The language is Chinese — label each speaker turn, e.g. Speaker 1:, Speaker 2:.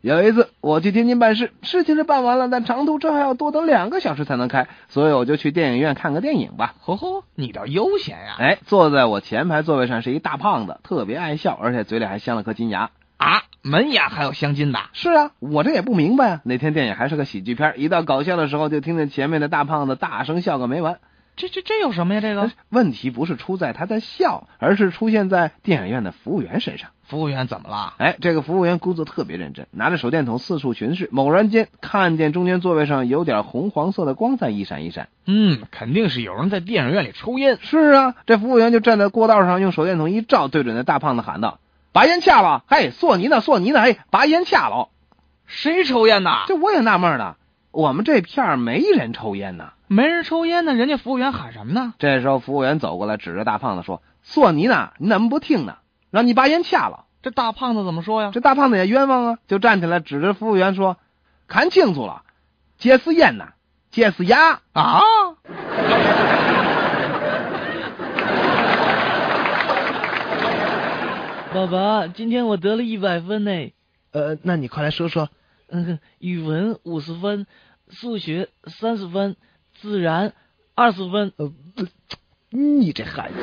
Speaker 1: 有一次我去天津办事，事情是办完了，但长途车还要多等两个小时才能开，所以我就去电影院看个电影吧。
Speaker 2: 吼吼，哦你倒悠闲呀、
Speaker 1: 哎，坐在我前排座位上是一大胖子，特别爱笑，而且嘴里还镶了颗金牙。
Speaker 2: 啊！门牙还有镶金的，
Speaker 1: 是啊，我这也不明白啊。那天电影还是个喜剧片，一到搞笑的时候，就听见前面的大胖子大声笑个没完。
Speaker 2: 这这这有什么呀？这
Speaker 1: 但
Speaker 2: 个
Speaker 1: 是问题不是出在他在笑，而是出现在电影院的服务员身上。
Speaker 2: 服务员怎么了？
Speaker 1: 哎，这个服务员工作特别认真，拿着手电筒四处巡视。猛然间看见中间座位上有点红黄色的光在一闪一闪。
Speaker 2: 嗯，肯定是有人在电影院里抽烟。
Speaker 1: 是啊，这服务员就站在过道上，用手电筒一照，对准那大胖子喊道：“把烟掐了！嘿，索尼呢？索尼呢？嘿，把烟掐了
Speaker 2: 谁抽烟呐！”？
Speaker 1: 这我也纳闷了，我们这片儿没人抽烟呐。
Speaker 2: 没人抽烟呢，人家服务员喊什么呢？
Speaker 1: 这时候服务员走过来，指着大胖子说：“索尼呢？你怎么不听呢？让你把烟掐了！”
Speaker 2: 这大胖子怎么说呀？
Speaker 1: 这大胖子也冤枉啊，就站起来指着服务员说：“看清楚了，戒是烟呐，戒是牙。
Speaker 2: 啊！
Speaker 3: 爸爸，今天我得了一百分呢。
Speaker 4: 呃，那你快来说说，
Speaker 3: 嗯，语文五十分，数学三十分，自然二十分。
Speaker 4: 呃，不你这孩子，